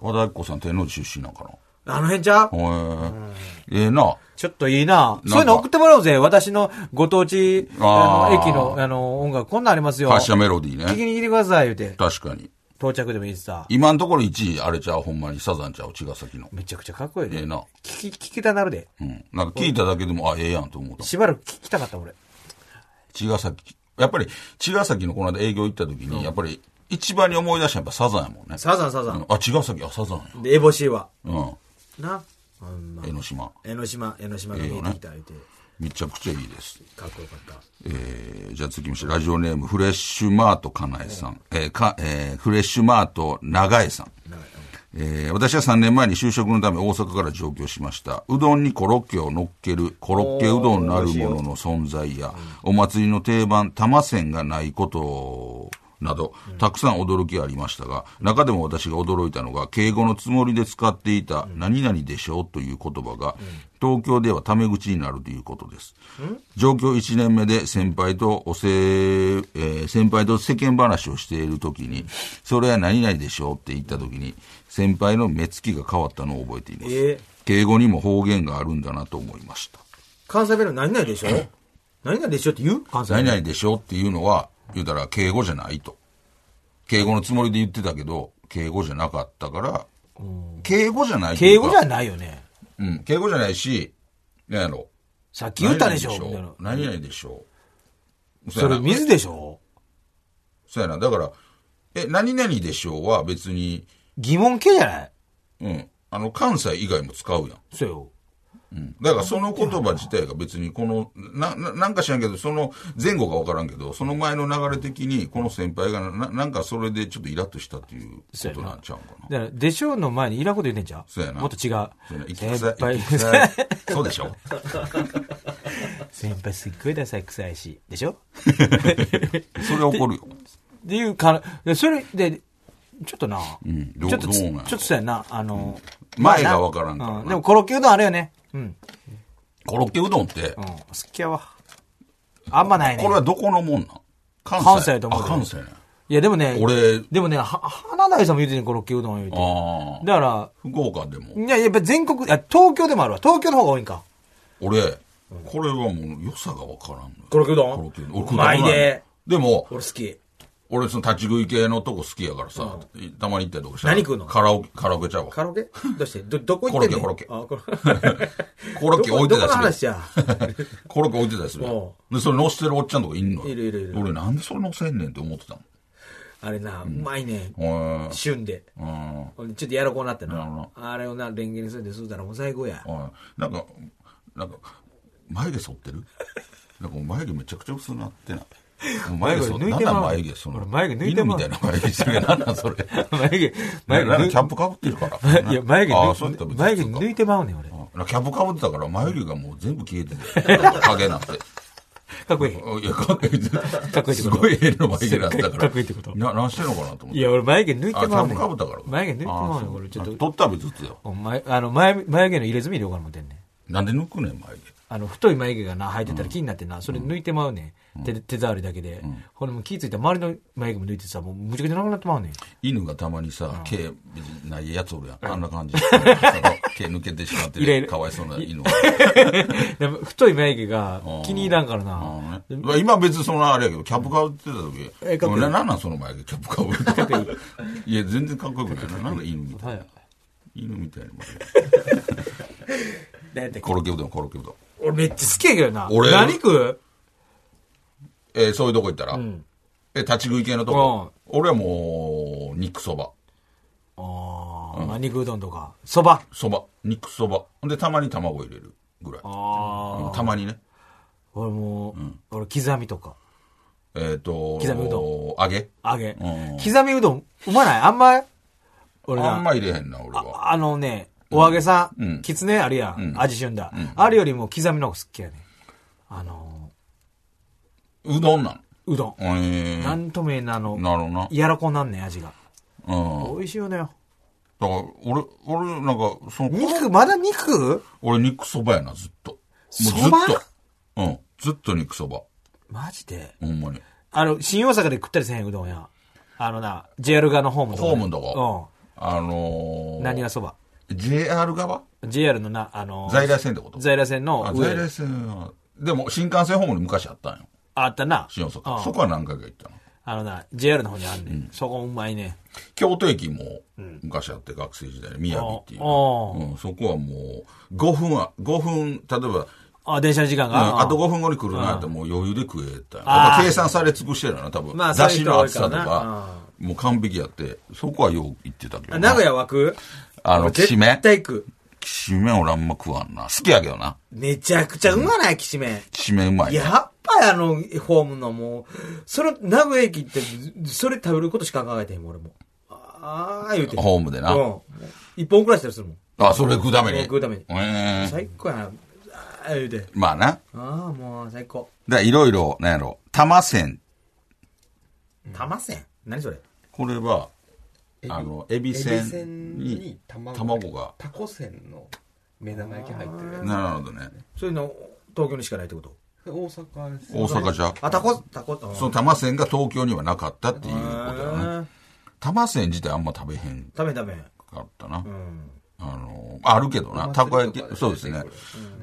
B: 和田愛子さん天王寺出身なんかな。
G: あの辺ちゃう
B: へえ。ええな。
C: ちょっといいな。
B: か
C: そういうの送ってもらおうぜ。私のご当地、
B: あ
C: あ
B: ー
C: の、駅の、あの、音楽、こんなんありますよ。
B: 発車メロディ
C: 聞
B: ー
C: き
B: ね。
C: に来てください、言うて。
B: 確かに。
C: 到着でもいいしさ。
B: 今のところ1位あれちゃう、ほんまにサザンちゃう、茅ヶ崎の。
C: めちゃくちゃかっこいい
B: ええ
C: ね。
B: な。
C: 聞き、聞きたなるで。
B: うん。なんか聞いただけでも、あ、ええやんと思った。
C: しばらく聞きたかった、俺。
B: 茅ヶ崎。やっぱり、茅ヶ崎のこの間営業行った時に、やっぱり、一番に思い出したのはやっぱサザンやもんね。
G: サザンサザ
B: うん
G: ン。
B: あ、茅ヶ崎、あ、サザンや。
G: で、エボシーは。
B: うん。
G: な。ほんま
B: 江ノ島。
G: 江ノ島、江ノ島が見えてきた、言うて。
B: めちゃくちゃいいです。
G: かっこよかった。
B: えーじゃあ続きまして、ラジオネーム、フレッシュマートかなえさん。えーか、えーフレッシュマート長江さん。えー私は3年前に就職のため大阪から上京しました。うどんにコロッケを乗っける、コロッケうどんなるものの存在や、お祭りの定番、玉線がないことなど、たくさん驚きがありましたが、中でも私が驚いたのが、敬語のつもりで使っていた、何々でしょうという言葉が、東京ではタメ口になるということです。上京1年目で先輩とおせ、えー先輩と世間話をしているときに、それは何々でしょうって言ったときに、先輩の目つきが変わったのを覚えています。
G: えー
B: 敬語にも方言があるんだなと思いました。
G: 関西弁の何々でしょ何々でしょって言う関西
B: 何
G: 弁。
B: 々でしょうっていうのは、言うたら敬語じゃないと。敬語のつもりで言ってたけど、敬語じゃなかったから、敬語じゃないとい
C: 敬
B: うか
C: 語じゃないよね。
B: うん、敬語じゃないし、何やろ。
C: さっき言ったでしょ。みたいな
B: 何々でしょう。
C: それ水でしょ
B: そうやな。だから、え、何々でしょうは別に、
C: 疑問系じゃない
B: うん。あの、関西以外も使うやん。
C: そうよ。
B: うん。だからその言葉自体が別にこの、な、ななんか知らんけど、その前後がわからんけど、その前の流れ的に、この先輩がな、ななんかそれでちょっとイラッとしたっていうことなんちゃうんかな。
C: だから、でしょうの前にいらんこと言うねんじゃん。
B: そうやな
C: もっと
B: そ
C: 違う。
B: うやな生き
C: 先
B: 臭い
C: 輩、
B: 生き臭いそうでしょ
C: 先輩すっごいダサい臭いし。でしょ
B: それ怒るよ。
C: っていうか、でそれで、ちょっとな、
B: んどう
C: ちょっとつ、
B: どうな
C: ち
B: んや
C: ょっとそうやな、あの、
B: 前が
C: まあな
B: わからんからな
C: うでもコロッケうどんあるよね。うん。
B: コロッケうどんって、
C: うん。好きやわ。あんまないね。
B: これはどこのもんなん関西。
C: 関西やと思う
B: あ、
C: で
B: 関西ね。
C: いや、でもね、
B: 俺、
C: でもね、は花大さんも言うてんねんコロッケうどん言うて。
B: ああ、
C: だか
B: 福岡でも
C: ら、。いや、やっぱ全国、いや、東京でもあるわ。東京の方が多いんか。
B: 俺、これはもう良さがわからんのよ。
G: コロッケうどん
B: コロッケうどん。俺
G: う
B: 食ったこと
G: ま
B: ない
G: いね。
B: でも、
G: 俺好き。
B: 俺その立ち食い系のとこ好きやからさ、たまに行ったりとかしたら
G: 何食うの
B: カラオケ、カラオケちゃうわ。
G: カ
B: コ
G: ラオケどうしてど、どこ行ってんの
B: コロッケコ
G: ロッケ。あ、コ
B: ロ
G: ロ
B: ッ
G: ッケ。
B: ケ置いて
G: どこどこの
B: たり
G: 話
B: する。
G: や。
B: コロッケ置いてたりするやん
G: お
B: で、それ乗してるおっちゃんとかいんのよ
G: いるいるいる
B: 俺なんでそれ乗せんねんって思ってた
G: あれな、うまいね。
B: の。へえ
G: 旬で。
B: うん。
G: ちょっとやろうこうなって
B: なるほ
G: な
B: ど。
G: あれをな、レンゲにするってするたらもう最高や。
B: はい。なんか、なんか、眉毛剃って るなんかもう眉毛めちゃくちゃ薄なってない。もう眉毛剃って
C: 眉毛抜いてま
B: な
C: う
B: んなん眉毛その。
C: 俺眉毛抜いてまう
B: 犬みたいな眉毛してるけど、なんなんそれ。
C: 眉毛、
B: 眉
C: 眉
B: 毛
C: 毛
B: キ
C: 抜
B: ャップかぶってるから。
C: いや、眉毛
B: ああ、そういった
C: 抜い、眉毛抜い
B: て。
C: てまうねん、俺。か
B: うんなんかキャップかぶってたから眉毛がもう全部消えてる。なんか影になっ て。
C: っこいい。
B: いや、かっこいい。
C: っこいいってこと
B: すごい変な眉毛だったから。
C: かっこいいってこと
B: な、なんしてんのかなと思って。
C: いや、俺眉毛抜い
B: あ、キ
C: て
B: ャ
C: ま
B: ップ
C: うねん。
B: かぶったから。
C: 眉毛抜いてまうねん、
B: あ
C: 俺。ちょっ
B: そう取
C: と、
B: ったら別々よ。
C: お前、あの、眉眉毛の入れ墨入れようかな思ってんねん。
B: なんで抜くねん、眉毛。
C: あの、太い眉毛がな、生えてたら気になってな、それ抜いてまうねん。手で、手触りだけで。ほんでもう気ぃついたら周りの眉毛も抜いてさ、もうむちゃくちゃなくなってま うねん。
B: 犬がたまにさ、毛別にないやつおるやん。あんな感じ。 その毛抜けてしまって
C: いろい
B: る。
C: ろ
B: かわいそうな犬が。
C: でも太い眉毛が気に入らんから
B: あ
C: な。
B: のね今別にそのあれやけど、キャップかぶってた時、
C: えかっこいい
B: 俺なんなんその前でキャップかぶってた。いや、全然かっこよくないな。なんか犬みたい。
C: はい。
B: 犬みたいな。
G: だって、
B: コロッケうどん、コロッケうどん。
C: 俺めっちゃ好きやけどな。
B: 俺
C: 何食う
B: えーそういうとこ行ったら、え、立ち食い系のとこ。俺はもう、肉そば。
C: ああ、まあ肉うどんとか。そば。
B: そば。肉そば。ほんで、たまに卵入れるぐらい。
C: ああ。
B: うんたまにね。
C: 俺もう、俺刻みとか。
B: えっと、
C: 刻みう
B: 揚げ
C: 揚げ
B: うん。
C: 刻みうどん、うまないあんま、俺
B: あん
C: な、
B: ま入れへんな、俺は。
C: あのね、お揚げさ、
B: うんん
C: きつねあるやん、味しゅんだ。あるよりも刻みの方が好きやねん。あの
B: うどんな
C: ー、うどん。
B: の。えー、
C: な
B: なる
C: んとも言えないあの、
B: ほどな。
C: やらこなんねん、味が。
B: うん。
C: 美味しいよね。
B: だから、俺、俺、なんか、その、
G: 肉、まだ肉
B: 俺肉そばやな、ずっと。もうずっ
G: そば
B: と。うん。ずっと肉そば。
G: マジで
B: ほんまに。
C: あの、新大阪で食ったりせへんうどんや。あのな、JR 側のホームとかね。
B: ホームのとこあの
C: う
B: ー、
C: ん。何がそば。
B: JR 側
C: JR のな、あの、
B: 在来線ってこと
C: 在来線の
B: あ
C: 上
B: 在来線は、でも新幹線ホームに昔あったんよ。
C: あったな。
B: 新大
C: う
B: 阪。
C: ん
B: そこは何回か行ったの。
C: あのな、JR の方にあんねん。そこうまいね。
B: 京都駅も昔あって学生時代に宮城っていう、
C: ああ
B: うん、そこはもう5分は5分例えば、うん
C: あ、電車の時間が。
B: あと5分後に来るなってもう余裕で食えたよ
C: ああ
B: やっぱ計算され尽くしてるよな多分、
C: まあ
B: だしの厚さと
C: そういう人多いから
B: かもう完璧やってそこはよう行ってたけど
C: あ
B: な
C: 名古屋湧く
B: あのきしめ
C: 絶対行く。
B: きしめ俺あんま食わんな好きやけどな
C: めちゃくちゃうまない、きしめん。
B: きしめうまいね
C: やっぱりあの、ホームのもう、その、名古屋駅って、それ食べることしか考えてへんもん、俺も。ああ、言うて。
B: ホームでな
C: うん。一本くらいしたりするもん。
B: あそれ食うために
C: 食うために
B: えー
C: 最高やな。ああ、言うて。
B: まあな
C: ああ、もう最高。
B: だいろいろなんやろ玉線
C: 玉せん何それ
B: これは
D: ビ
B: あのエビ
D: エビ
B: せん
D: 線
B: に
D: に卵
B: 卵が
D: タコせんの目玉焼き入ってるやつ
B: なるほどね
C: そういうの、東京にしかないってこと
D: 大阪です
B: 大阪じゃ
C: あ、タコ、タコ、うん
B: その玉線が東京にはなかったっていうこと
C: へ
B: だね
C: ー
B: 玉線自体あんま食べへん
C: 食べん食べん。
B: かったな、
C: うん。
B: あのあるけどなたこ焼き
D: お祭りとかで
B: そうですね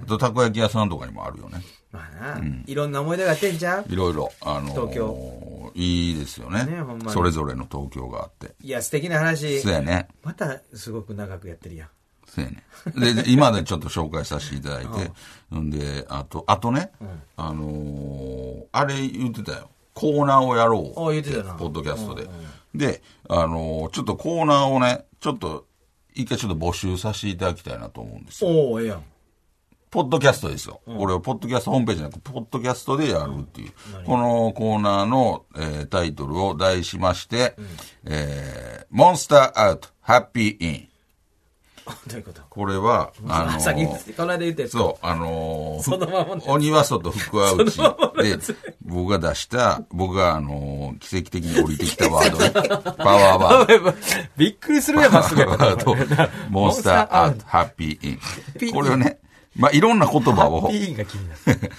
B: あとたこ焼き屋さんとかにもあるよね
C: まあな、いろんな思い出があってんじゃん
B: いろいろあの
C: 東京
B: いいですよね
C: ねほんまに
B: それぞれの東京があって
C: いや、素敵な話
B: そ。うやね
C: また、すごく長くやってるやん。
B: そうやねで今でちょっと紹介させていただいて、んであとあとね、あのーあれ言ってたよコーナーをやろう
C: あ言ってたな
B: ポッドキャストで、であのーちょっとコーナーをねちょっと一回ちょっと募集させていただきたいなと思うんですよ
C: おおええやん。
B: ポッドキャストですよ、俺はポッドキャストホームページじゃなくポッドキャストでやるっていう、このコーナーの、えータイトルを題しまして、えーモンスターアウトハッピーイン」
C: どういうこと
B: これ はあのー
C: あ、さっき、この間言ったやつ。
B: そう、あのー、
C: そのままのやつ
B: 鬼は外福は内で、僕が出した、僕があのー奇跡的に降りてきたワードね、パワーワード。
C: びっくりするやん、まっ すぐや
B: パワーワードモンスターアート、ハッピーイン。これをね、まあ、いろんな言葉を、
C: ピーンが気になる。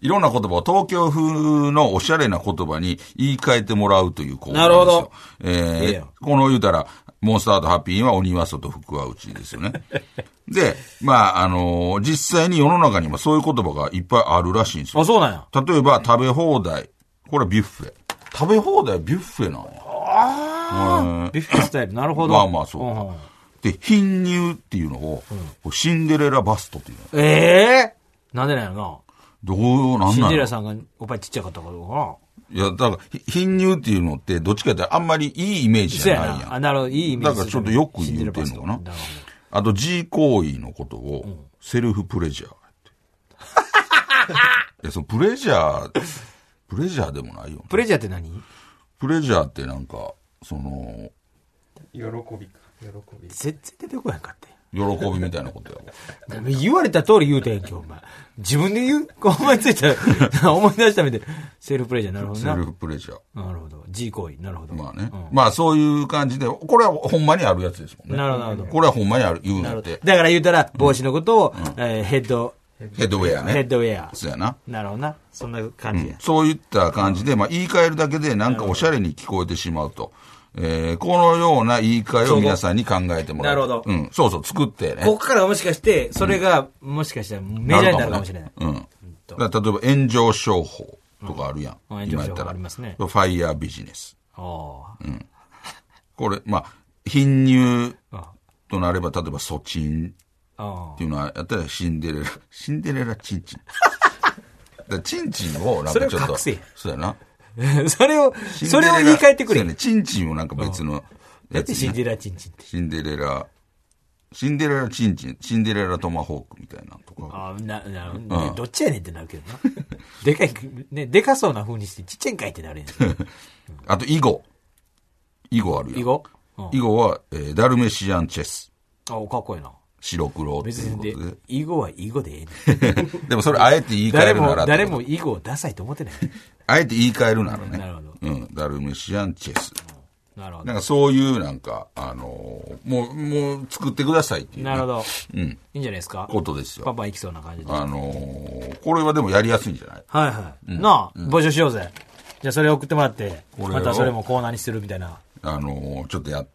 B: いろんな言葉を東京風のおしゃれな言葉に言い換えてもらうというコーナー
C: なるほど
B: ですよ。えー
C: いいよ
B: この言うたら、モンスターとハッピーインは鬼は外、福は内です よね。で、まあ、あのー実際に世の中にもそういう言葉がいっぱいあるらしいんですよ
C: あ、。そうなんや。
B: 例えば、食べ放題。これはビュッフェ。食べ放題はビュッフェなんや。
C: ビュッフェスタイル。なるほど。
B: まあまあそう
C: うんうん
B: か。で、貧乳っていうのを、シンデレラバストっていうの。
C: ええなんでなんやろ
B: どうなんな
C: な。
B: ん
C: シン
B: や
C: デレ
B: ろ
C: ラさんがおっぱいちっちゃかったからか
B: いや、だから、ひ貧乳っていうのって、どっちかってあんまりいいイメージじ
C: な。そう
B: ゃ
C: や
B: ないや
C: な。あ、
B: ん。
C: なるほど。いいイメージ。
B: だからちょっとよく言うてんのかな
C: シンデレラパスタるほど
B: あと、G 行為のことを、セルフプレジャーって。いや、そのプレジャー、プレジャーでもないよね。
C: プレジャーって何
B: プレジャーってなんか、その、
D: 喜びか喜び
C: 全然出てこやんかって。
B: 喜びみたいなことやわ。
C: 言われた通り言うてんけ、お前。自分で言う、思いつい た、思い出したみたい。セルフプレジャー、なるほど
B: セ
C: な。
B: ルフプレジャー。
C: なるほど。G 行為、なるほど。
B: まあね。まあそういう感じで、これはほんまにあるやつですもんね。
C: なるほどなるほど
B: これはほんまにある、言うのって。
C: だから言うたら、帽子のことを、えーヘッド、
B: ヘッドウェアね。
C: ヘッドウェア。
B: そうやな。
C: なるほどな。そんな感じや。
B: そういった感じで、まあ、言い換えるだけで、なんかおしゃれに聞こえてしまうと。えーこのような言い換えを皆さんに考えてもらう。
C: なるほど
B: うん。そうそう、作ってね。
C: ここからもしかして、それが、もしかしたらメジャーになるかもしれない。
B: うん。だから例えば、炎上商法とかあるやん。
C: うんうん炎上商法ありますね
B: ファイヤービジネス。
C: おー
B: これ、まあ、貧乳
C: あ
B: となれば、例えば、ソチン
C: あ
B: っていうのは、やったらシンデレラ、シンデレラチンチン。 だからチンチンをなん
C: それ
B: かち
C: を
B: ょっと。
C: 隠せ
B: そうやな。
C: ー それを、
B: シンデ
C: そ
B: レ
C: れを
B: ラ
C: 言い換えてくれ
B: そうや。ね。チンチンをなんか別のやつにね
C: シンデレラチンチンって。
B: シンデレラ、シンデレラチンチン、シンデレラトマホークみたいなとか。
C: ああ、な、な、ねどっちやねんってなるけどな。 でかい、ね、でかそうな風にしてちっちゃいんかいってなるやん。
B: あと、囲碁。囲碁あるやん。
C: 囲碁うん
B: 囲碁は、えーダルメシアンチェス。
C: あ、おかっこいいな。
B: 白黒って
C: 別
B: いうこ
C: にで
B: とで。、
C: 囲碁は囲碁でええねん
B: でもそれあえて 言い換え
C: 誰
B: るな
C: も、
B: ら。
C: 誰も囲碁をダサいと 思ってない。
B: あえて言い換えるならね。
C: なるほど
B: うん。ダルメシアンチェス。
C: なるほ
B: な
C: ど
B: ん。かそういうなんか、あのーもう、もう作ってくださいっていうね、
C: なるほど。
B: うん。
C: いいんじゃないですか
B: ことですよ
C: パパ行きそうな感じで。はい
B: あのーこれはでもやりやすいんじゃない
C: はい。なあ、募集しようぜ。じゃあそれ送ってもらって、
B: これを
C: またそれもコーナーにするみたいな。
B: あのーちょっとや、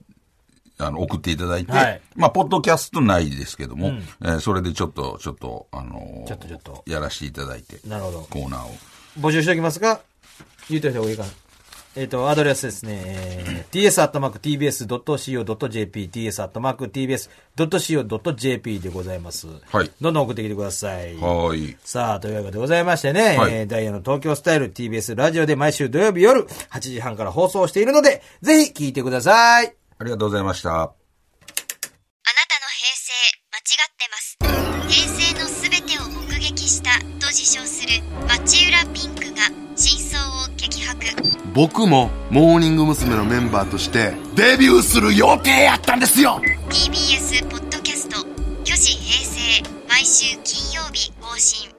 B: あの、送っていただいて、
C: はい
B: まあ、ポッドキャストないですけども、えーそれでちょっと、ちょっと、あのー
C: ちょっとちょっと
B: やらせていただいて、
C: なるほど。
B: コーナーを。
C: 募集しておきますが、言うといた方がいいかな。えっ、と、アドレスですね、えー、ts.tbs.co.jp、ts.tbs.co.jp でございます。
B: はい
C: どんどん送ってきてください。
B: はーい。
C: さあ、というわけでございましてね、
B: はい
C: えーダイヤの東京スタイル TBS ラジオで毎週土曜日夜8時半から放送しているので、ぜひ聞いてください。
B: ありがとうございました。
H: あなたの平成間違ってます平成のすべてを目撃したと自称する町浦ピンクが真相を激白
I: 僕もモーニング娘。のメンバーとしてデビューする予定やったんですよ
H: TBS ポッドキャスト「巨子平成」毎週金曜日更新